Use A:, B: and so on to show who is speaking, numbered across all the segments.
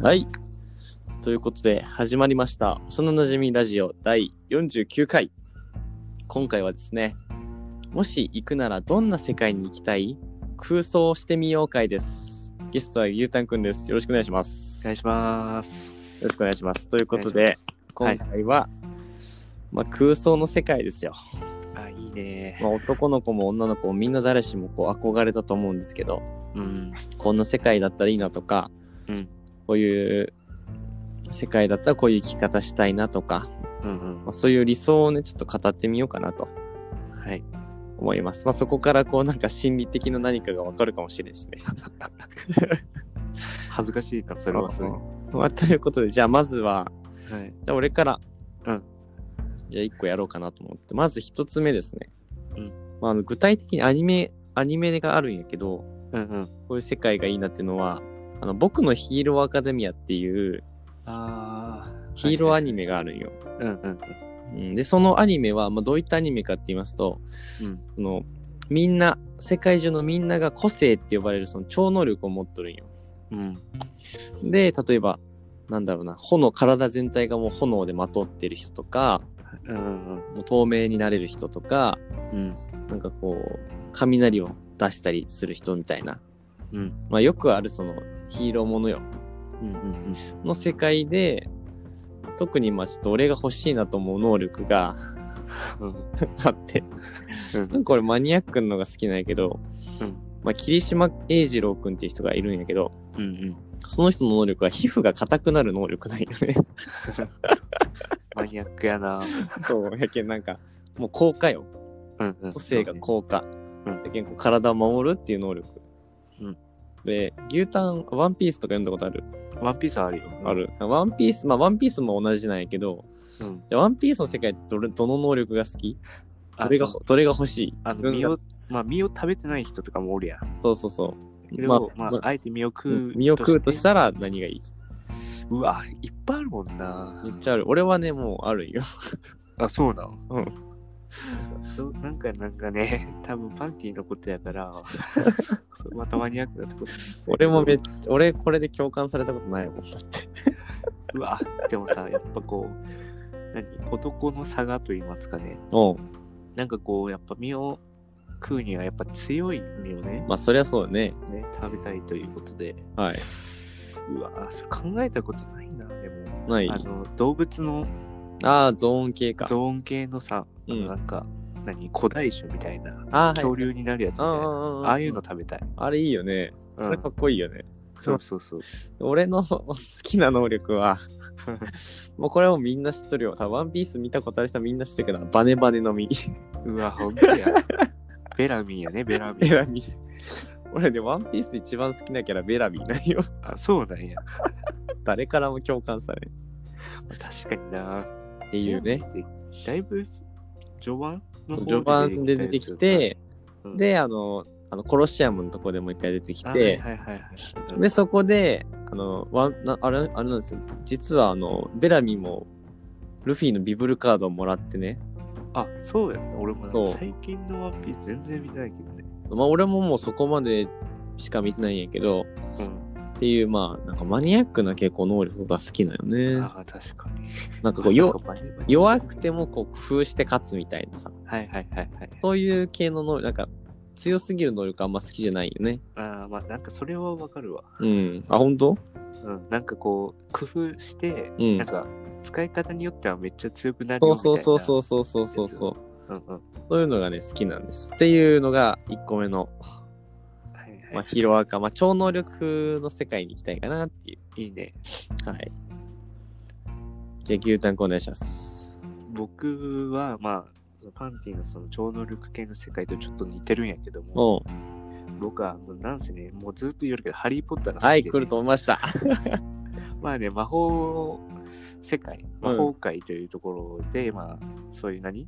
A: はい。ということで、始まりました。幼なじみラジオ第49回。今回はですね、もし行くならどんな世界に行きたい空想をしてみよう会です。ゲストはゆうたんくんです。よろしくお願いします。
B: お願いします。
A: よろしくお願いします。ということで、
B: お
A: 今
B: 願いします
A: 回は、まあ、空想の世界ですよ。
B: あ、いいね。
A: まあ、男の子も女の子もみんな誰しもこう憧れたと思うんですけど、
B: うん。
A: こんな世界だったらいいなとか、
B: うん。
A: こういう世界だったらこういう生き方したいなとか、
B: うん
A: まあ、そういう理想をねちょっと語ってみようかなと
B: うん。はい。
A: 思います、まあ、そこからこうなんか心理的な何かがわかるかもしれない ですね、
B: 恥ずかしいから、それはそれ。は。
A: まあ、ということでじゃあまずはいじゃあ俺から、
B: うん、
A: じゃあ1個やろうかなと思ってまず1つ目ですね、
B: うん
A: まあ、あの具体的にアニメアニメがあるんやけど
B: うんうん。
A: こういう世界がいいなっていうのはあの僕のヒーローアカデミアっていう
B: ああ。
A: ヒーロー
B: は
A: アニメがあるんよ、
B: いはい。うんうん
A: うん、でそのアニメは、まあ、どういったアニメかって言いますと、
B: うん
A: そのみんな世界中のみんなが個性って呼ばれるその超能力を持っとるんよ
B: うん。うん。
A: で例えばなんだろうな炎体全体がもう炎でまとってる人とか
B: うんうん
A: もう透明になれる人とか
B: うん。
A: なんかこう雷を出したりする人みたいな、
B: うん。
A: まあ、よくあるそのヒーローものよ
B: うんうん
A: の世界で特にまあちょっと俺が欲しいなと思う能力が
B: うん。
A: あって
B: うん
A: なんか俺マニアックなのが好きなんやけど、
B: うん
A: まあ、霧島英二郎くんっていう人がいるんやけど
B: うんうん。
A: その人の能力は皮膚が硬くなる能力なんよね
B: マニアックやな。
A: そうやけんなんかもう効果よ
B: うんうん。
A: 個性が効果、
B: うん
A: やけんこう体を守るっていう能力、
B: うん
A: で牛タンワンピースとか読んだことある、
B: ワンピースはあるよ。
A: あ。るワンピースまあワンピースも同じなんやけど
B: うん。
A: じゃあワンピースの世界ってどれどの能力が好きどれが
B: そう
A: どれが欲しい
B: あ
A: 自
B: の、
A: 分
B: 身
A: が
B: を、まあ、身を食べてない人とかもおるやん。
A: そうそうそう
B: それをまあ、あえて身を食う。
A: 身を食うとしたら何がいいう
B: わ、いっぱいあるもんな
A: め。っちゃある。俺はね、もうあるよ。
B: あ、そうなの
A: うん
B: そうなんか、なんかね、 多分パンティのことやから、 そうまたマニアックなとこなんですけど
A: 俺もめっ俺これで共感されたことないもん。だって。
B: うわ、でもさ、やっぱこう、何、男の差がと言いますかね、
A: おう
B: なんかこう、やっぱ身を食うにはやっぱ強い身をね、
A: まあそりゃそうだね。
B: ね食べたいということで、
A: はい。
B: うわ、それ考えたことないな、でも。
A: ない。
B: あ
A: あ
B: の、動物の
A: あー、ゾーン系か。
B: ゾーン系のさ、あ
A: うん
B: のなんか、何、古代種みたいな、
A: あー、は
B: 恐
A: い。
B: 竜になるやつみたいな、
A: あ
B: ああいうの。食べたい。
A: あれいいよね。
B: う
A: あれ
B: ん
A: かっこいいよね。
B: そうそうそう。
A: 俺の 好きな能力 は、もうこれもみんな知っとるよ。多分ワンピース見たことある人はみんな知ってるけど、バネバネの 実。
B: う わ、ほんとや。ベラミーやね、ベラミ
A: ベ
B: ー。
A: ラミ。俺ね、ワンピースで一番好きなキャラベラミないよ。
B: あそうなんや。
A: 誰からも共感される。
B: 確かにな。
A: っていうね。。
B: だいぶ、序盤の方
A: 序盤で出てきて、
B: うん
A: であのあのコロシアムのとこでもう一回出てき
B: 出
A: て、
B: てきて、はいはいはいはい。
A: でそこであのワンなあれあれなんですよ実はあのベラミもルフィのビブルカードをもらってね、
B: あ、そうやった。俺もなん
A: そう
B: か最近のワンピース全然見てないけどね。
A: まあ、俺ももうそこまでしか見てないんやけど
B: うん。
A: っていうまあなんかマニアックな結構能力が好きなよね
B: ああ、確かに。
A: なんかこう
B: よ
A: よ弱くてもこう工夫して勝つみたいなさ
B: はいはいはいはい。
A: そういう系の能力なんか強すぎる能力あんま好きじゃないよね
B: ああ、まあなんかそれはわかるわ。
A: うんあ本当
B: うん。なんかこう、工夫して、
A: うん
B: なんか、使い方によってはめっちゃ強くなる
A: そう
B: よみたい
A: そう
B: な。
A: そうそうそうそうそうそう
B: う。うんうん。
A: そういうのがね、好きなんです。っていうのが1個目の、
B: はい
A: まあ、
B: は
A: ヒロアカ、まあ、超能力の世界に行きたいかなってい
B: い。いいね。
A: う。はい。じゃあ、牛タンくんお願いします。
B: 僕はまあそのパンティのその超能力系の世界とちょっと似てるんやけども
A: おう
B: 僕はもうなんせねもうずっと言うけどハリー・ポッターが好きで、
A: はい、来ると思いました。
B: まあね魔法世界魔法界というところで、まあそういう何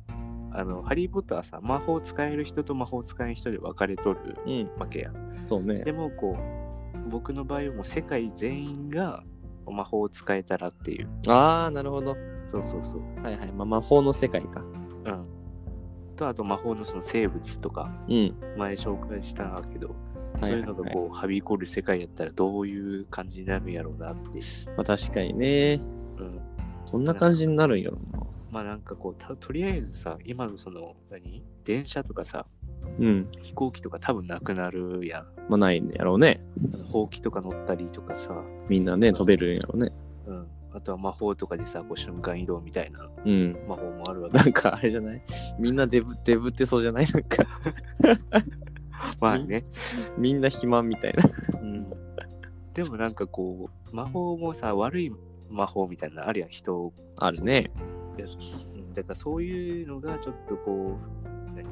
B: あのハリー・ポッターはさ魔法使える人と魔法使えない人で分かれとる
A: うん、
B: わけや
A: そうね
B: で。もこう僕の場合はもう世界全員が魔法を使えたらっていう
A: あー、なるほど。
B: そうそうそう
A: はいはい。まあ、魔法の世界か。
B: うんとあと魔法のその生物とか
A: うん。
B: 前紹介したけどそういうのがこう、はびこる世界やったらどういう感じになるんやろうなって。
A: まあ確かにね。
B: うん。
A: どんな感じになるんやろ
B: まあなんかこう、たとりあえずさ、今のその、何電車とかさ、
A: な。うん。
B: 飛行機とか多分なくなるやん。
A: まあないんやろうね。
B: あのほうきとか乗ったりとかさ、
A: みんなね、飛べるんやろうね。
B: うん。あとは魔法とかでさ、こう瞬間移動みたいな
A: うん。
B: 魔法もあるわけ
A: な。んかあれじゃないみんなデブ、デブってそうじゃないなんか、
B: まあ ね。
A: みんな肥満みたいな。
B: うん。でもなんかこう、魔法もさ、悪い魔法みたいなのあるやん、人を
A: あるね。
B: うんだからそういうのがちょっとこう、何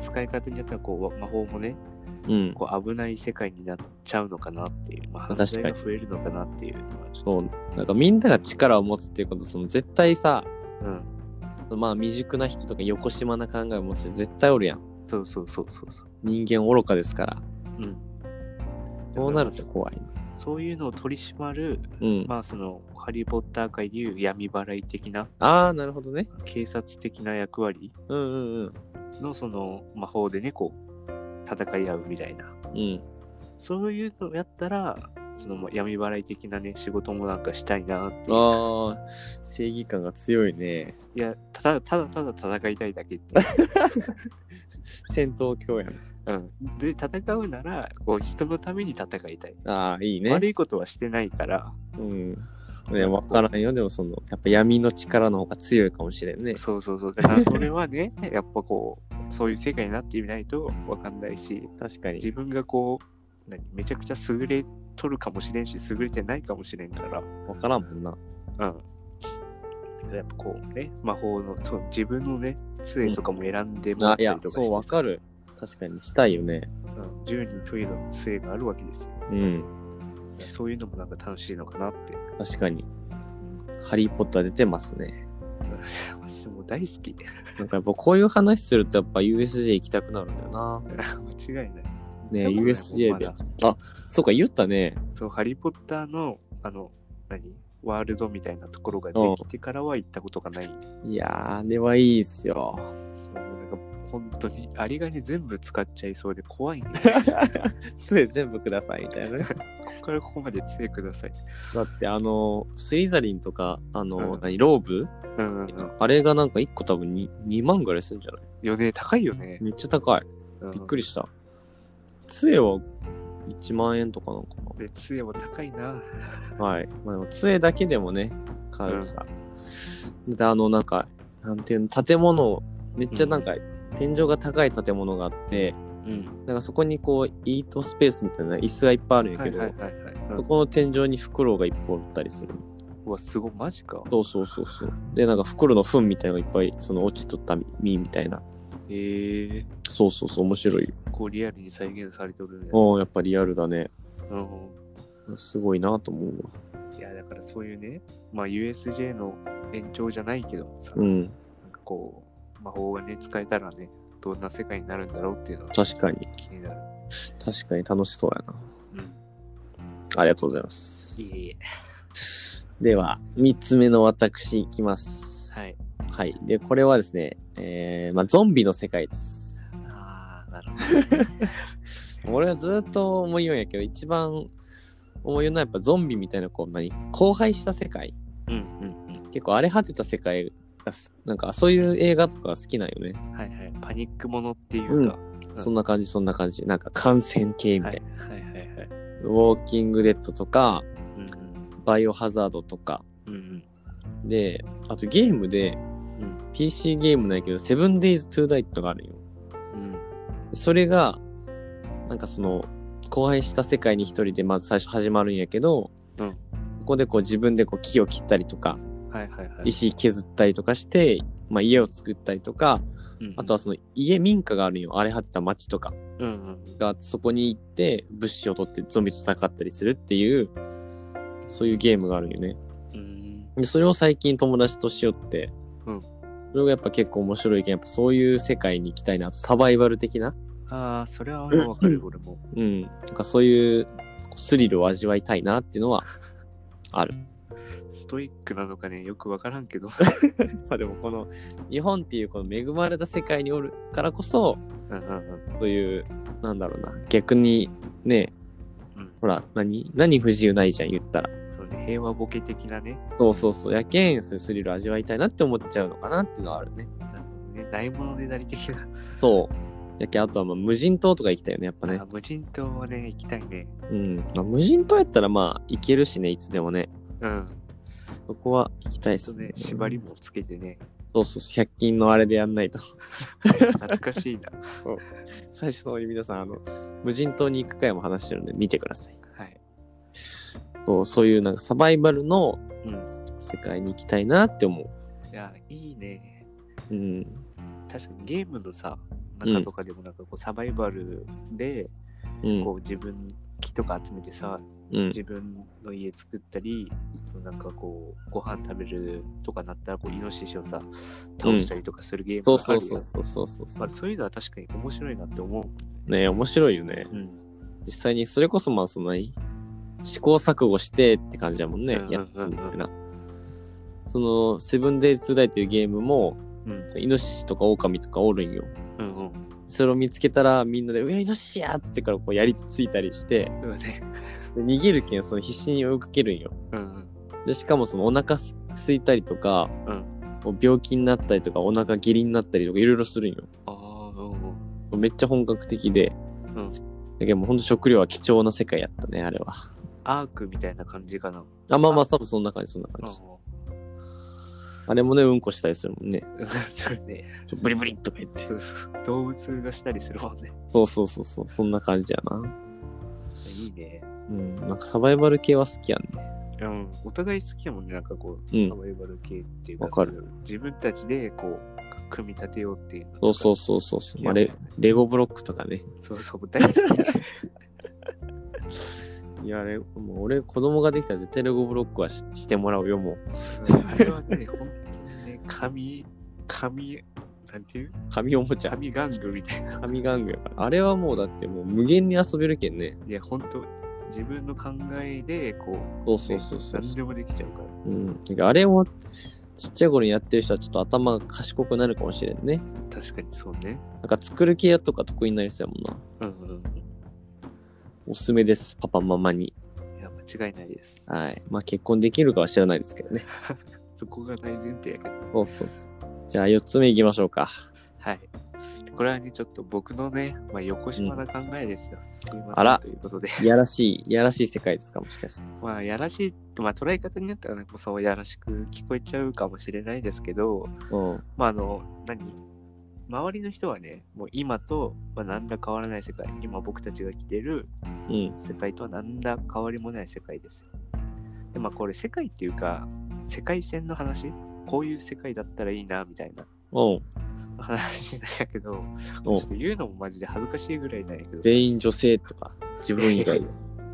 B: 使い方によってはこう魔法もね、
A: うん。
B: こう危ない世界になっちゃうのかなっていう、まあ、
A: 確
B: 犯
A: かに
B: 罪が増えるのかなっていうのはちょっ
A: そう。なんかみんなが力を持つっていうこと、その絶対さ、
B: と、うん、
A: まあ未熟な人とか横島な考えを持つ人絶対おるやん。
B: そうそうそうそうそう、
A: 人間愚かですから。
B: うん、
A: そうなると怖いね。
B: そういうのを取り締まる、
A: うん。
B: まあそのハリー・ポッター界でいう闇払い的な
A: ああ、なるほどね。
B: 警察的な役割
A: うんうんうん。
B: のその魔法でねこう戦い合うみたいな
A: うん。
B: そういうのやったらそのまあ闇払い的なね仕事もなんかしたいなっていう
A: ああ、正義感が強いね。
B: いやただただただ戦いたいだけっていう
A: 戦闘狂やん。
B: うん、で戦うならこう人のために戦いたい、
A: ああ、いいね。
B: 悪いことはしてないから
A: うん。ね、わからんよ。でも、その、やっぱ闇の力の方が強いかもしれんね。
B: そうそうそうだからそれはね やっぱこうそういう世界になってみないと分かんないし
A: 確か
B: 自
A: に。
B: 分がこう何めちゃくちゃ優れとるかもしれんし優れてないかもしれんから
A: わからんもんな。
B: うんだからやっぱこうね魔法のそう自分のね杖とかも選んでもら
A: あ
B: っ、
A: い
B: た
A: や
B: り、とか
A: そう、わ
B: して、
A: かる。確かに、したいよね。
B: うん、10人トイレの杖があるわけですよ
A: うん。
B: そういうのもなんか楽しいのかなって
A: 確かに。ハリー・ポッター出てますね。
B: 私もう大好き
A: なんかやっぱこういう話するとやっぱ USJ 行きたくなるんだよな。
B: 間違いない
A: ね
B: 行ったことないもん
A: USJ
B: ま
A: で
B: だ。
A: そうか、言ったね。
B: そう、ハリー・ポッターの、あの、何ワールドみたいなところができてからは行ったことがない。
A: いやー、あれはいいっすよ。
B: そうなんか本当に、ありがね全部使っちゃいそうで 怖いね。
A: 杖全部ください、みたいな。だ
B: ここからここまで杖ください。
A: ってあの、スリザリンとか、あの、
B: うん
A: 何、ローブ
B: うんうんうん。
A: あれがなんか1個多分 2, 2万ぐらいするんじゃない
B: よね、高いよね。
A: めっちゃ高い。びっく
B: り。
A: りした。杖は1万円とかなのか
B: で、杖も高いな。
A: なはい。まあでも杖だけでもね、買うから。で、あの、なんか、なんていうの、建物を、めっちゃなんか、天井が高い建物があって、
B: うん。
A: なんかそこにこう、イートスペースみたいな椅子がいっぱいあるんや
B: は
A: け
B: い
A: ど、
B: はいはいはい。う
A: そ
B: ん
A: この天井にフクロウがいっぱいおったりする。
B: うわ、すごい、マジか。
A: そうそうそうそう。で、なんか袋の糞みたいのがいっぱい、その落ちとった実みたいな。
B: えー、
A: そうそうそう、面白い。
B: こうリアルに再現されてるね。
A: おーやっぱリアルだね。
B: うん。
A: すごいなと思うわ。
B: いや、だからそういうね、まあ USJ の延長じゃないけどさ、
A: うん、
B: なんかこう、魔法がね、使えたらね、どんな世界になるんだろうっていうのは
A: 確かに。
B: 気になる。
A: 確かに楽しそうやな。
B: うん。
A: ありがとうございます。
B: いえいえ。
A: では、3つ目の私いきます。。
B: はいい。
A: はい。で、これはですね、えー、まあ、ゾンビの世界です。
B: ああ、なるほ
A: 俺はずっと思いようんやけど、一番思いようのはやっぱゾンビみたいな、こう、何荒廃した世界。
B: ど。うんうん
A: 結構荒れ果てた世界がす、なんかそういう映画とか好きなんよね。
B: うん。はいはい。パニックものっていうか。うん
A: そんな感じ、そんな感じ。なんか感染系みた
B: はいい
A: な。
B: はいはいはい。
A: ウォーキングデッドとか、
B: うん
A: バイオハザードとか。
B: うん。うん
A: で、あとゲームで、
B: うん。
A: PC ゲームなんやけど、セブンデイズ・トゥー・ダイってのがあるんよ。
B: うん。
A: それが、なんかその、荒廃した世界に一人でまず最初始まるんやけど、
B: うん
A: ここでこう自分でこう木を切ったりとか、
B: うん。はいはいはい。
A: 石削ったりとかして、まあ家を作ったりとか、
B: うんうん
A: あとはその家民家があるんよ。荒れ果てた町とか
B: うんうん。
A: が、そこに行って物資を取ってゾンビと戦ったりするっていう、そういうゲームがあるんよね。
B: うん。
A: で、それを最近友達としよって、
B: うん
A: それがやっぱ結構面白いけん、やっぱそういう世界に行きたいな、あとサバイバル的な、
B: ああ、それはわかる、俺も。
A: うん、なんかそういうこうスリルを味わいたいなっていうのは、
B: ストイックなのかね、よくわからん けど。
A: まあでもこの日本っていうこの恵まれた世界におるからこそ
B: うんうんうん
A: そういうなんだろうな逆にね
B: うん
A: ほら何何不自由ないじゃん言ったら
B: そうね、平和ボケ的なね、
A: そうそうそうやけんそういうスリル味わいたいなって思っちゃうのかなっていうのはあるね
B: なんかねないものねだり的な。
A: そうやけんあとはまあ無人島とか行きたいよねやっぱね
B: あ無人島はね、行きたいね。
A: うん、まあ、無人島やったらまあ行けるしねいつでもね
B: うん。
A: そこは行きたいで
B: ちょ
A: す
B: っとね
A: ね、
B: 縛りもつけてね、
A: そうそうそう100均のあれでやんないと
B: 懐かしいな。
A: 最初の方に皆さんあの無人島に行く回も話してるんで見てください
B: はい。
A: そうそういうなんかサバイバルの
B: うん。
A: 世界に行きたいなって思
B: いや、いいね。
A: ううん
B: 確かにゲームのさ、中とかでもなんかこうサバイバルで、
A: うん
B: こう自分木とか集めてさ、
A: うん
B: 自分の家作ったり、なんかこう、ご飯食べるとかなったら、こう、イノシシをさ、倒したりとかするゲーム
A: そう
B: があ
A: そ
B: る
A: う
B: やん
A: そうそうそうそうそ
B: ま
A: う
B: あ、そういうのは確かに面白いなって思
A: ねえ面白いよね
B: う。うん。
A: 実際にそれこそまあその何試行錯誤してって感じだもんね、
B: うん
A: やってみたいなその「セブンデイズ・トゥ・ダイ」っていうゲームも
B: うん。
A: イノシシとかオオカミとかおるんよ
B: うんうん。
A: それを見つけたらみんなで「うわイノシシや!」っつってからこうやりついたりして
B: うんね。
A: で逃げるけんその必死に追いかけるんよ
B: うんうん。
A: でしかもそのお腹す空いたりとか、
B: うん
A: もう病気になったりとかお腹下痢になったりとかいろいろするんよ
B: ああ、うんうん。
A: めっちゃ本格的で、
B: うん
A: だけどもうほんと食料は貴重な世界やったねあれは
B: アークみたいな感じかな。
A: あまあまあ多分そんな感じそんな感じ、
B: う
A: あれもねうんこしたりするもんね
B: んうん。 それね。
A: ちょブリブリっとか言って
B: そうそう動物がしたりするもんね。
A: そうそうそうそうそんな感じやな
B: いいね。
A: うんなんかサバイバル系は好きやね
B: うん。お互い好きやもんね。なんかこう、
A: うん
B: サバイバル系っていう
A: わかる
B: そういう自分たちでこう、組み立てようっていうのと
A: そう
B: か。
A: そううそうそうそう、まあ、
B: い
A: レ
B: や
A: レゴブロックとかね
B: そうそう。大好き。
A: いやレゴもう俺子供ができたら絶対レゴブロックはししてもらうよもう
B: うんあれはね、本当にね、紙、紙、なんていう
A: 紙おもちゃ
B: 紙玩具みたいな。
A: 神玩具やからあれはもうだってもう無限に遊べるけんね
B: いや、本当自分の考えで、こう、
A: そうそうそうそう
B: 何でもできちゃうから。
A: うん、だからあれをちっちゃい頃にやってる人はちょっと頭が賢くなるかもしれんね
B: 確かにそうね。
A: なんか作る系とか得意になりそうやもんな
B: うんうん
A: おすすめですパパママに
B: うん。いや、間違いないです。
A: はいまあ結婚できるかは知らないですけどね
B: そこが大前提やけど。
A: そうそうそうじゃあ4つ目いきましょうか
B: はい。これはね、ちょっと僕のね、まあ、横島な考えですよ。すいません
A: あら
B: ということで。
A: いやらしいいやらしい世界ですかもしかして
B: まあ、やらしい、まあ、捉え方によってはね、そうやらしく聞こえちゃうかもしれないですけど、
A: うん
B: まあ、あの、何周りの人はね、もう今と、まあ、何ら変わらない世界、今僕たちが来てる
A: うん
B: 世界とは何ら変わりもない世界ですよ。で、まあ、これ世界っていうか、世界線の話こういう世界だったらいいな、みたいな
A: うん
B: 話なんやけど、ちょ
A: う
B: っと
A: ん
B: 言うのもマジで恥ずかしいぐらいなんやけどさ、
A: 全員女性とか自分以外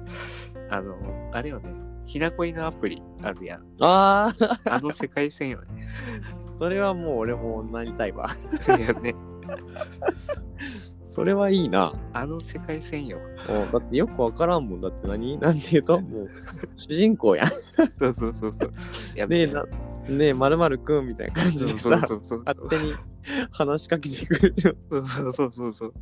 B: あの、あれよね、ひなこいのアプリあるやん。
A: ああ
B: あの世界線よ ね。
A: それはもう俺もなりたいわ
B: いやね、
A: それはいいな
B: あの世界線よ。
A: うんだってよくわからんもんだって何なんて言 うともう主人公や
B: そうそうそうそう。いや
A: ねえ
B: み
A: な
B: た
A: ねえまるまるくんみたいな感じ
B: い
A: で
B: な
A: さ
B: そうそうそうそう。
A: 勝手に話しかけてくるよ
B: そうそうそうそう。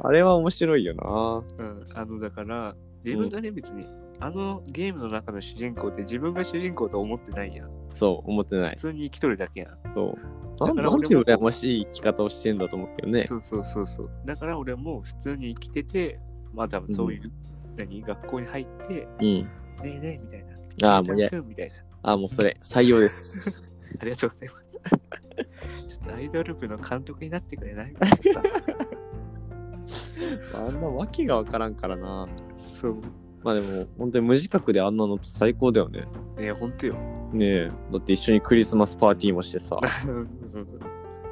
A: あれは面白いよな
B: うん、あの、だから、自分がね、別に、あのゲームの中の主人公って自分が主人公と思ってないやん。
A: そう思ってな
B: 普
A: い
B: 通に生きとるだけやん。
A: そうな
B: だか
A: ん
B: ら
A: なん
B: 俺も
A: ていう羨ましい生き方をしてんだと思うけどね
B: そうそうそうそう。だから俺も普通に生きてて、まあ多分そういう、何、学校に入って、ね
A: うん
B: えねえみたいな。
A: ああもう
B: み
A: や
B: たいなみたいな。
A: ああもうそれ採用です
B: ありがとうご ざいます。ちょっとアイドル部の監督になってく れないさ
A: あんなわけがわからんからな
B: そう。
A: まあでも本当に無自覚であんなのって最高だよね
B: ね本当よ。
A: ねえだって一緒にクリスマスパーティーもして さ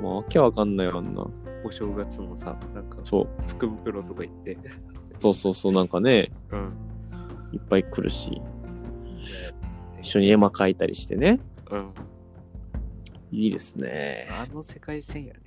A: もうわけわかんないよあんな
B: お正月もさ、なんか、
A: そう
B: 福袋とか行って。
A: そうそうそうなんかね
B: うん。
A: いっぱい来るし一緒に絵馬描いたりしてね
B: うん。
A: いいですね
B: あの世界線やね。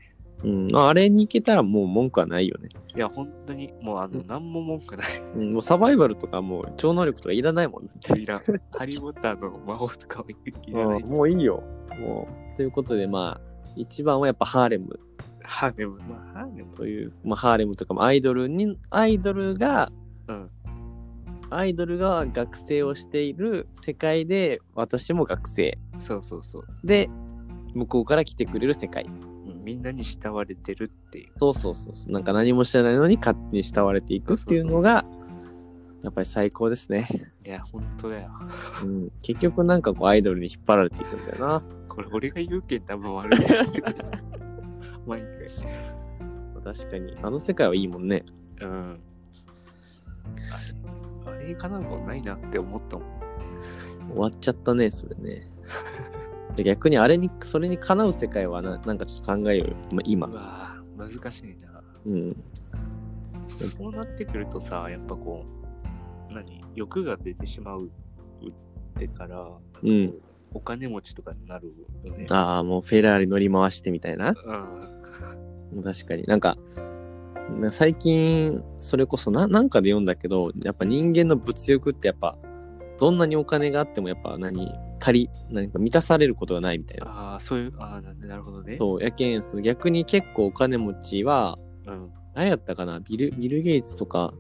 A: うん、まああれに行けたらもう文句はないよね。
B: いや、本当に、もうあの、
A: うん
B: 何も文句ない。
A: うん、もうサバイバルとかもう超能力とかいらないもんだって。
B: いらんハリー・ポッターの魔法とかはいらない
A: うん。もういいよ。もう。ということで、まあ、一番はやっぱハーレム
B: ハーネム、まあ、ハーネム
A: という、まあ、ハーレムとかもアイドルに、アイドルが、
B: うん
A: アイドルが学生をしている世界で、私も学生。
B: そうそうそう。
A: で、向こうから来てくれる世界。
B: うんみんなに慕われてるっていう。
A: そうそうそうそう。なんか何も知らないのに勝手に慕われていくっていうのが、やっぱり最高ですね。
B: いや、本当だよ。
A: うん、結局なんかこうアイドルに引っ張られていくんだよな。
B: これ、俺が言うけん多分 悪い。毎回。
A: 確かに。あの世界はいいもんね。
B: うん。あれ、あれにかなうことないなって思ったもん。
A: 終わっちゃったね、それね。で逆にあれに、それにかなう世界はななんかちょっと考えようよ。ま今
B: う。わあ難しいな。
A: うん。
B: そうなってくるとさ、やっぱこう、何欲が出てしまうってから、
A: うん
B: お金持ちとかになるよね。
A: ああ、もうフェラーリ乗り回してみたいな。
B: うん。
A: 確かになんか、な最近、それこそな、なんかで読んだけど、やっぱ人間の物欲ってやっぱ、どんなにお金があってもやっぱ何、足り、何か満たされることがないみたいな。
B: ああ、そういう、ああ、ななるほどね。
A: そう、やけん、その逆に結構お金持ちは、
B: うん。
A: 誰やったかなビル、ビル・ゲイツとか、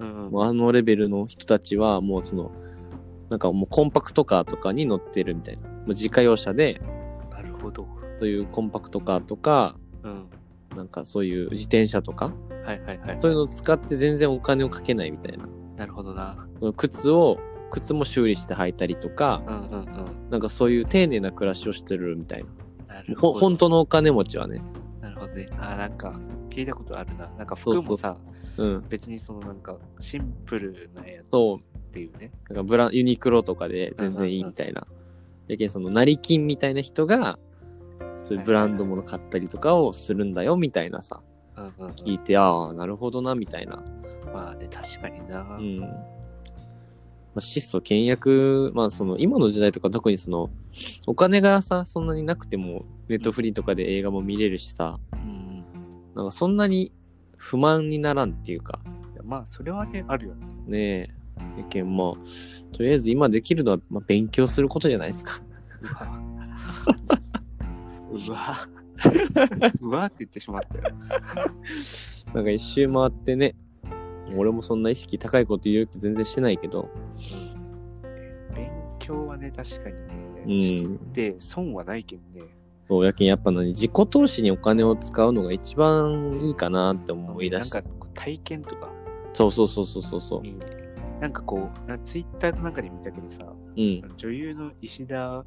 B: うん。
A: もうあのレベルの人たちはもうそのなんかもうコンパクトカーとかに乗ってるみたいなもう自家用車で
B: なるほど。
A: そういうコンパクトカーとか
B: うん。
A: なんかそういう自転車とか
B: はいはいはい。
A: そういうのを使って全然お金をかけないみたいな
B: なるほどな。
A: その靴を靴も修理して履いたりとか
B: うんうんうん。
A: なんかそういう丁寧な暮らしをしてるみたいな
B: なる
A: ほ
B: ほど。
A: 本当のお金持ちはね
B: なるほどね。ああ、なんか、聞いたことあるな。なんか
A: そう
B: 服
A: そう
B: もさ、
A: うん
B: 別にそのなんか、シンプルなやつ
A: そう
B: っていうね。
A: なんかブランユニクロとかで全然いいみたいなやけんその成金みたいな人がそういうブランド物買ったりとかをするんだよみたいなさ
B: うんうん、うん。
A: 聞いて、ああ、なるほどな、みたいな。
B: まあね、確かにな。う
A: うんん。まあ、質素倹約、まあ、その、今の時代とか特にその、お金がさ、そんなになくても、ネットフリーとかで映画も見れるしさ、
B: うん。
A: なんかそんなに不満にならんっていうか、
B: いやまあ、それはね、あるよね。
A: ねえ。やけん、まあ、とりあえず今できるのは、まあ、勉強することじゃないですか。
B: うわ。 うわ。うわって言ってしまったよ。
A: なんか一周回ってね、俺もそんな意識高いこと言うって全然してないけど、
B: 勉強はね、確か
A: う
B: にね。
A: ん。
B: で、損はないけんね。
A: そう、やけんやっぱ何、自己投資にお金を使うのが一番いいかなって思い
B: な
A: 出
B: ん
A: した
B: か。こう体験とか
A: そうそうそうそうそうそう。
B: に、なんかこう、なツイッターの中で見たけどさ、
A: うん。
B: 女優の石田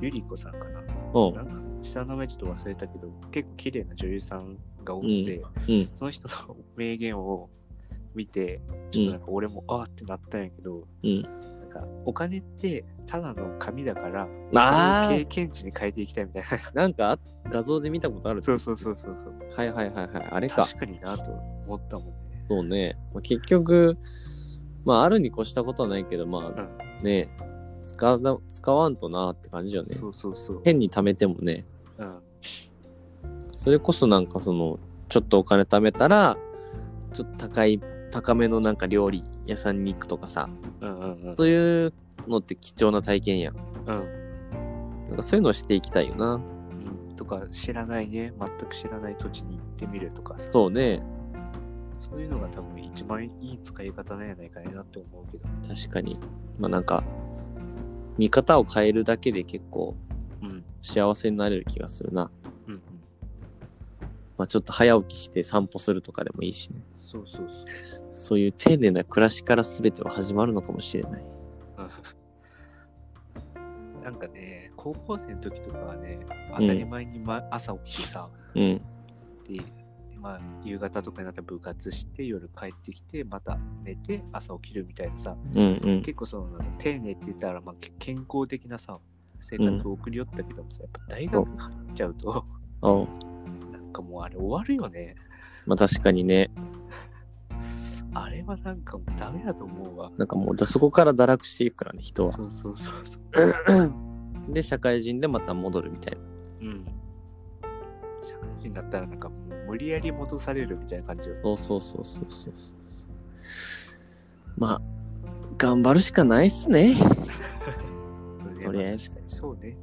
B: ゆり子さんかな。
A: うん。
B: なんか下の名前ちょっと忘れたけど、結構綺麗な女優さんが多くて、
A: うんうん
B: その人の 名言を見て、ちょっとなんか俺も、あーってなったんやけど、
A: うん
B: なんかお金ってただの紙だから、
A: あ
B: 経
A: ー
B: 験値に変えていきたいみたいな。
A: なんかあ画像で見たことある
B: そうそうそうそうそう。
A: はいはいはいはい。あれか。
B: 確かになと思ったもんね。
A: そうね。まあ、結局、まあ、あるに越したことはないけど、ま
B: うん
A: あね、使わな使わんとなって感じよね。
B: そうそうそう。
A: 変に貯めてもね、
B: うん
A: それこそなんかその、ちょっとお金貯めたら、ちょっと高い、高めのなんか料理屋さんに行くとかさ、
B: うんうん
A: そういうのって貴重な体験やん。
B: うん。うん
A: なんかそういうのをしていきたいよな。
B: うんとか知らないね全く知らない土地に行ってみるとかさ
A: そうね。
B: そういうのが多分一番いい使い方なんやないかなって思うけど
A: 確かに。まあなんか、見方を変えるだけで結構
B: うん
A: 幸せになれる気がするな。
B: うんうん
A: まあちょっと早起きして散歩するとかでもいいしね。
B: そうそうそう
A: そういう丁寧な暮らしから全ては始まるのかもしれない。
B: うん なんかね高校生の時とかはね当たり前に、ま朝起きてさ
A: うん。
B: ででまあ、夕方とかになったら部活して夜帰ってきてまた寝て朝起きるみたいなさ
A: うんうん。
B: 結構その丁寧って言ったら、まあ、け健康的なさ生活を送りよったけどもさ、やっぱ大学入っちゃうと
A: あ
B: なんかもうあれ終わるよね
A: まあ確かにね。
B: あれはなんかもうダメだと思うわ。
A: なんかもうだそこから堕落していくからね、人は
B: そ。うそうそうそう。
A: で、社会人でまた戻るみたいな。
B: うん。社会話になったら、なんかもう無理やり戻されるみたいな感じよ。
A: そうそうそうそうそうそう。まあ、頑張るしかないっすね。とりあえず
B: まそうね。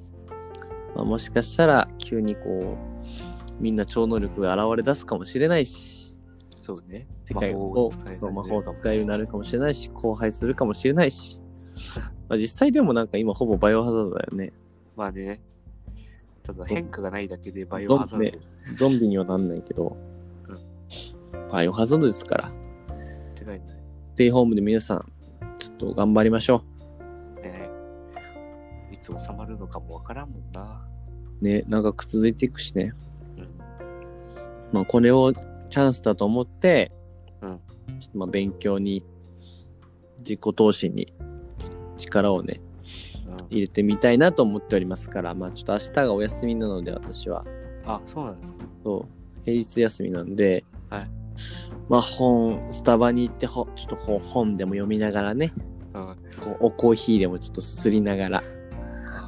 A: まあ、もしかしたら、急にこう、みんな超能力が現れ出すかもしれないし、
B: そうね。
A: 世界をそう魔法を使えるようになるかもしれないし、荒廃するかもしれないし、 まあ、実際でもなんか今ほぼバイオハザードだよね。
B: まあね。ただ変化がないだけでバイ
A: ゾ
B: オ
A: ン
B: ハザードっ
A: ゾンビにはなんないけど、バイオハザードですから、
B: てないんだ
A: ステイホームで皆さん、ちょっと頑張りましょ
B: ね。いつ収まるのかもわからんもんな。
A: う。ね、長く続いていくしね。
B: うん。
A: まあ、これをチャンスだと思って、
B: うん
A: ちょっとまあ勉強に、自己投資に力をね、
B: うん、
A: 入れてみたいなと思っておりますから、まあ、ちょっと明日がお休みなので、私は。
B: あ、そうなんですか。
A: そう、平日休みなんで、
B: はい
A: まあ、本、スタバに行ってほ、ちょっとこう本でも読みながらね、
B: うん。
A: こうおコーヒーでもちょっとすすりながら、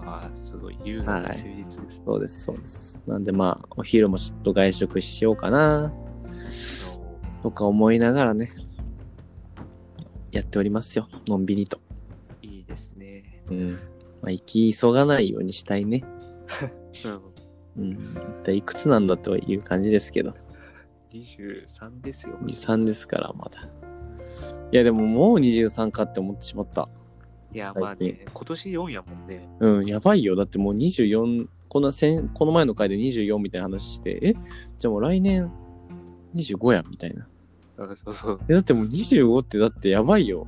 B: ああ、すごい優雅な休日ですね。
A: そうです、そうです。なんでまあ、お昼もちょっと外食しようかな、とか思いながらね、やっておりますよ。のんびりと。
B: いいですね。
A: うん。まあ、生き急がないようにしたいね。
B: う
A: う
B: ん。
A: ん。一体いくつなんだという感じですけど。
B: 23ですよ。
A: 23ですから、まだ。いや、でももう23かって思ってしまった。
B: い
A: 最
B: や、
A: 近
B: まあね、今年4やもんね。
A: うん、やばいよ。だってもう24、この先、この前の回で24みたいな話して、えじゃあもう来年25や、みたいな。
B: うんそうそう。
A: え、だってもう25ってだってやばいよ。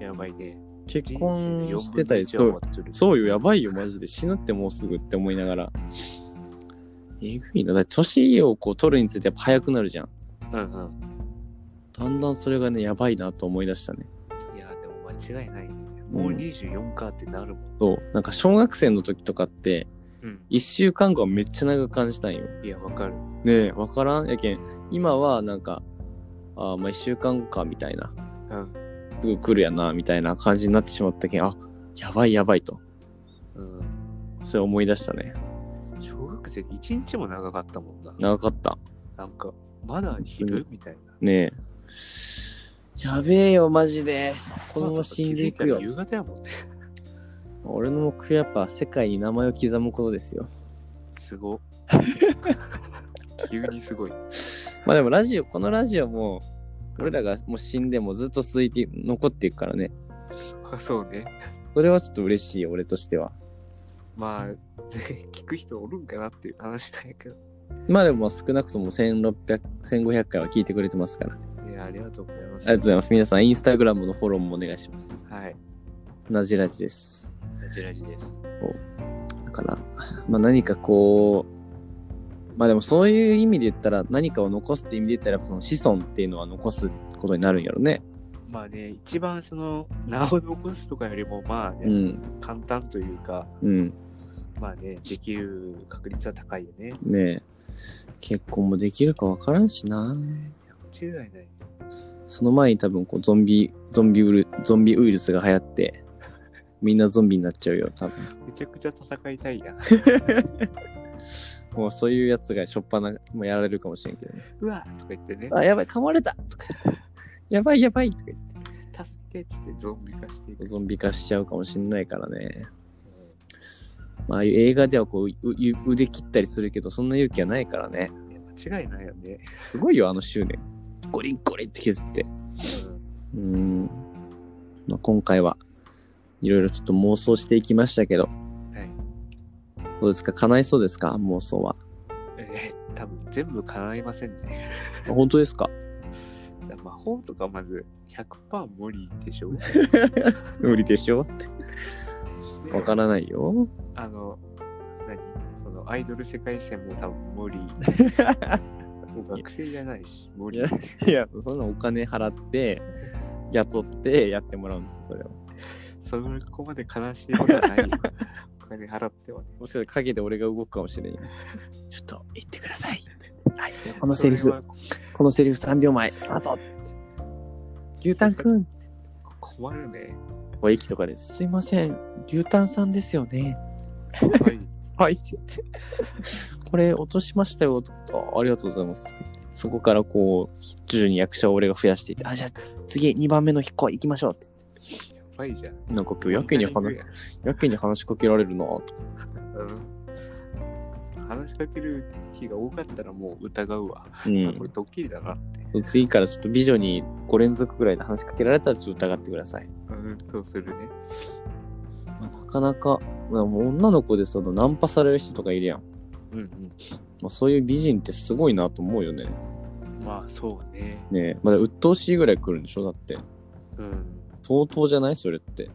B: やばいね。
A: 結婚してたり、そう、
B: う。
A: そうよ、やばいよ、マジで。死ぬってもうすぐって思いながら。えぐいな。だって年をこう取るについてやっぱ早くなるじゃん。
B: うんうん。
A: だんだんそれがね、やばいなと思い出したね。
B: いや、でも間違いないね。もう24かってなるもん。
A: そう。なんか小学生の時とかって、
B: うん。
A: 1週間後はめっちゃ長く感じたんよ。
B: いや、わかる。
A: ねえ、わからんやけん。今はなんか、あーまあ1週間後か、みたいな。
B: うん。
A: すぐ来るやな、みたいな感じになってしまったけん、あ、やばいやばいと。
B: うん。
A: それ思い出したね。
B: 小学生一日も長かったもんな。
A: 長かった。
B: なんか、まだ昼みたいな。
A: ねえ。やべえよ、マジで。このまま死んでいくよ
B: 気づ。たら夕方やもんね。
A: 俺の目標やっぱ世界に名前を刻むことですよ。
B: すご。急にすごい。
A: まあでもラジオ、このラジオも、俺らがもう死んでもずっと続いて、残っていくからね。
B: あそうね。
A: それはちょっと嬉しい、俺としては。
B: まあ、 ぜ聞く人おるんかなっていう話だけど。
A: まあでもまあ少なくとも1600、1500回は聞いてくれてますから。あ
B: いや、ありがとうございま
A: り
B: す。
A: がとうございます。皆さん、インスタグラムのフォローもお願いします。
B: はい。
A: なじらじです。
B: ラジラジです。
A: だから、まあ何かこう、まあでもそういう意味で言ったら、何かを残すって意味で言ったら、やっぱその子孫っていうのは残すことになるんやろね。
B: まあね、一番その、名を残すとかよりも、まあね、
A: うん。
B: 簡単というか、
A: うん。
B: まあね、できる確率は高いよね。
A: ねえ。結婚もできるかわからんしな。
B: 間違いないね。
A: その前に多分こうゾンビ、ゾンビウル、ゾンビウイルスが流行って、みんなゾンビになっちゃうよ、多分。
B: めちゃくちゃ戦いたいやん。
A: もうそういうやつがしょっぱな、もうやられるかもしれんけどね。
B: うわとか言ってね、
A: あ、やばい、噛まれたとか言って。やばいやばいとか言っ
B: 助けっつってゾンビ化してい
A: て。
B: く。
A: ゾンビ化しちゃうかもしんないからね。まあ、ああいう映画ではこううう腕切ったりするけど、そんな勇気はないからね。
B: いや間違いないよね。
A: すごいよ、あの執念。ゴリンゴリンって削って。うーん。まあ、今回はいろいろちょっと妄想していきましたけど、
B: はい。
A: どうですか叶いそうですか妄想は。
B: えー、多分全部叶いませんね。
A: あ本当ですか
B: 魔法とかまず100%無理でしょ。
A: 無理でしょって。 わからないよ。
B: あの、何そのアイドル世界線も多分 無理。もう学生じゃないし、無理。
A: いやいや、そんなお金払って、雇ってやってもらうんですよ、それは。
B: そこまで悲しいことはないよ。お金払ってはね。
A: もしかしたら陰で俺が動くかもしれんよ。 ちょっと、言ってください。はい、じゃあこ
B: こ
A: のセリフ。
B: は
A: このセリフ3秒前、スタートっつって牛タンくん
B: 困るね。
A: お駅とかです。すいません、牛タンさんですよね。
B: はい。
A: はいって言って これ落としましたよとかあありがとうございますそこからこう徐々に役者を俺が増やしていってあじゃあ次2番目の子行きましょうって
B: やばいじゃん。
A: なんか今日やけに話やけに話しかけられるなと
B: うん話しかける日が多かったらもう疑うわ。
A: う
B: これ
A: ん
B: ドッキリだなって。
A: 次からちょっと美女に5連続ぐらいで話しかけられたらちょっと疑ってください
B: うん、そうするね。
A: なかなかまあもう女の子でそのナンパされる人とかいるやん、
B: うんうん。
A: まあ、そういう美人ってすごいなと思うよね
B: まあそうね。
A: ねえまだ鬱陶しいぐらい来るんでしょだって
B: うん。
A: 相当じゃないそれって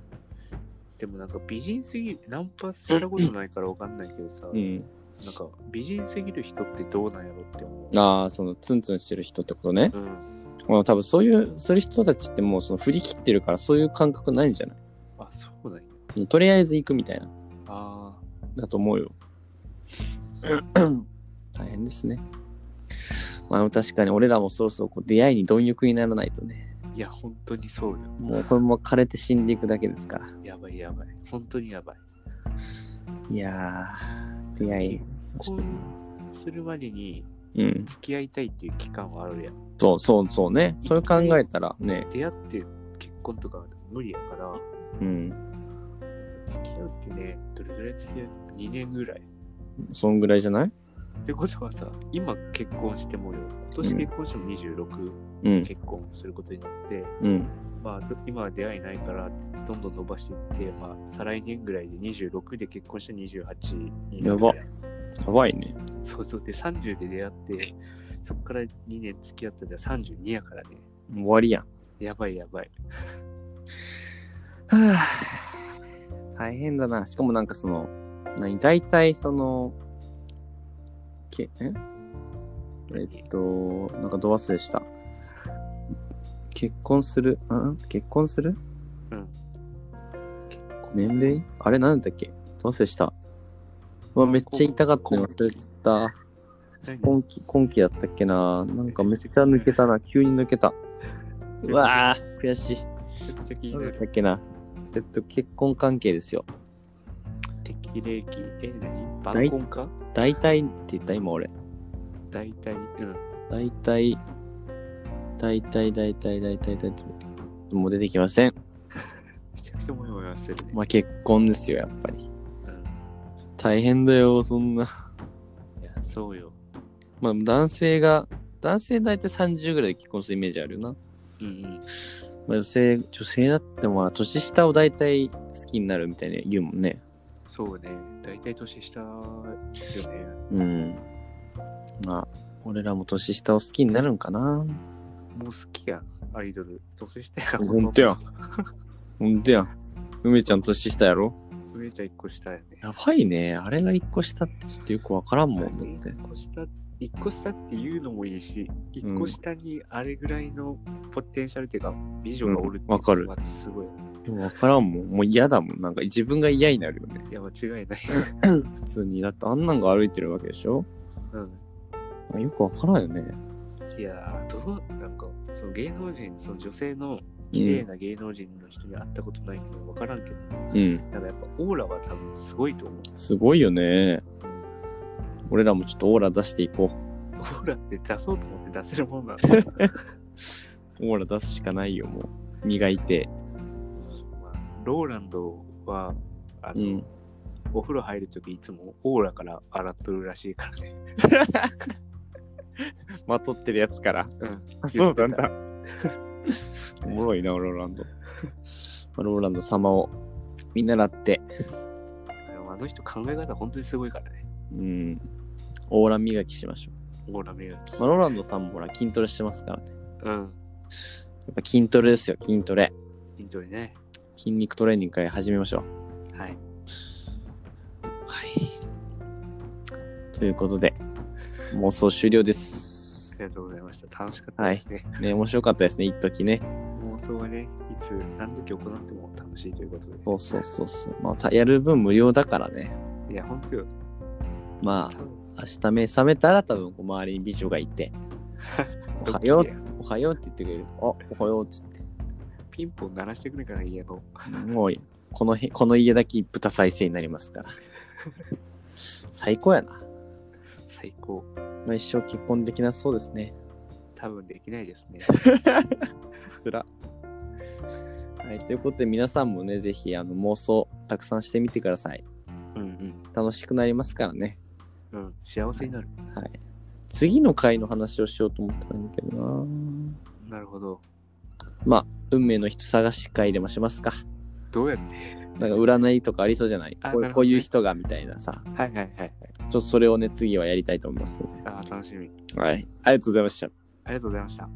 B: でもなんか美人すぎる、ナンパしたことないからわかんないけどさ、
A: うん
B: なんか美人すぎる人ってどうなんやろって思う。
A: ああそのツンツンしてる人ってことね
B: うん。
A: まあ多分そういうする人たちってもうその振り切ってるからそういう感覚ないんじゃな
B: あ、そうなんや。
A: いとりあえず行くみたいな
B: ああ。
A: だと 思うよ大変ですねまあでも確かに俺らもそろそろこう出会いに貪欲にならないとね
B: いや、本当にそうよ。
A: もうこれも枯れて死んでいくだけですから
B: やばいやばい。本当にやばい。
A: いやー出会い
B: 結婚するまでに
A: うん
B: 付き合いたいっていう期間はあるやん。
A: そうそうそうねそれ考えたらね
B: 出会って結婚とか無理やから、
A: うん
B: 付き合うってね、どれぐらい付き合う ?2 年ぐらい。
A: そんぐらいじゃない
B: ってことはさ、今結婚してもよ、今年結婚しても26、
A: うん
B: 結婚することになって、
A: うん
B: まあ、ど今は出会いないから、どんどん伸ばしていって、まあ、再来年ぐらいで26で結婚して28になるやん
A: ややばいね
B: そうそう。で、30で出会って、そこから2年付き合ってたら32やからね。
A: 終わりやん
B: やばいやばい。
A: はあ大変だな。しかもなんかその、何、大体その、け、ええっと、なんかど忘れした。結婚する、ん結婚する
B: うん。
A: 年齢あれなんだっけど忘れした。うわ、めっちゃ言いたかったの忘れちゃった。
B: 何
A: 今期、今期だったっけななんかめっちゃ抜けたな。急に抜けた。うわぁ、悔しい。
B: めちゃくちゃ気に
A: な
B: なん
A: だ
B: る。
A: っけな。えっと、結婚関係ですよ。
B: 適齢期、え、何晩婚か
A: 大体って言った今俺。
B: 大体、うん。
A: 大体、大体、大体、大体、大体、もう出てきません。
B: めちゃくちゃモヤモヤするね。
A: まあ結婚ですよ、やっぱり。
B: うん
A: 大変だよ、そんな。
B: いや、そうよ。
A: まあ男性が、男性大体30ぐらいで結婚するイメージあるよな。
B: うんうん。
A: まあ女性、女性だってまあ年下を大体好きになるみたいに言うもんね。
B: そうね。大体年下よね。
A: うん。まあ、俺らも年下を好きになるんかな。
B: もう好きやん、アイドル。年下やん。
A: ほんとや。ほんとやん。梅ちゃん年下やろ
B: 上ちゃん一個下やね。
A: やばいね。あれが一個下ってちょっとよくわからんもんだって。
B: 一個下、一個下っていうのもいいし、一個下にあれぐらいのポテンシャルっていうか、美女がおるっていうの
A: うんわかる
B: またすごい。
A: でも分からんもん。もう嫌だもん。なんか自分が嫌になるよね。
B: いや、間違いない。
A: 普通に。だってあんなんが歩いてるわけでしょ
B: うん。
A: よく分からんよね。
B: いやー、どう、なんか、その芸能人、その女性の、綺麗な芸能人の人に会ったことないけど、わからんけど、
A: うん。
B: なんかやっぱオーラは多分すごいと思う。
A: すごいよね。俺らもちょっとオーラ出していこ
B: オーラって出そうと思って出せるもん なの
A: う。オーラ出すしかないよ、もう。磨いて。
B: まあローランドは、あの、
A: うん。
B: お風呂入るときいつもオーラから洗っとるらしいからね。
A: まとってるやつから。
B: うん。
A: あ
B: そうなんだ。
A: おもろいな、ローランド。ローランド様を見習って、
B: でもあの人考え方本当にすごいからね。
A: うん。オーラ磨きしましょ
B: オーラ磨き
A: う。。まあ、ローランドさんもほら筋トレしてますからね。
B: うん。
A: やっぱ筋トレですよ、筋トレ。
B: 筋トレね。
A: 筋肉トレーニングから始めましょう。
B: はい。
A: はい。ということで、妄想終了です
B: あり。がとうございました。楽しかったですね。
A: ね、面白かったですね、一時ね。
B: 妄想はね、いつ何時行っても楽しいということで。
A: そうそうそうそう。またやる分無料だからね。
B: いや、本当よ。
A: まあ、明日目覚めたら多分こう周りに美女がいて、 おはよう、おはようって言ってくれる。あ、おはようって
B: ピンポン鳴らしてくるから家の。
A: 言って。もう、このへ、この家だけ豚再生になりますから。最高やな。
B: 最高。
A: まあ、一生結婚できなそうですね。
B: 多分できないですね。
A: つら。はい、ということで皆さんもね、ぜひあの妄想たくさんしてみてください。
B: うん
A: 楽しくなりますからね。
B: うん。うん。幸せになる。
A: はい。次の回の話をしようと思ってたんだけどな。
B: なるほど。
A: まあ、運命の人探し会でもしますか。
B: どうやって
A: なんか占いとかありそうじゃない
B: あ
A: こう
B: なる
A: こ
B: ほ
A: う
B: どね
A: いう人がみたいなさ。
B: はいはいはいはい。
A: ちょっとそれをね、次はやりたいと思いますので。
B: あー楽しみ。
A: はい。ありがとうございました。
B: ありがとうございました。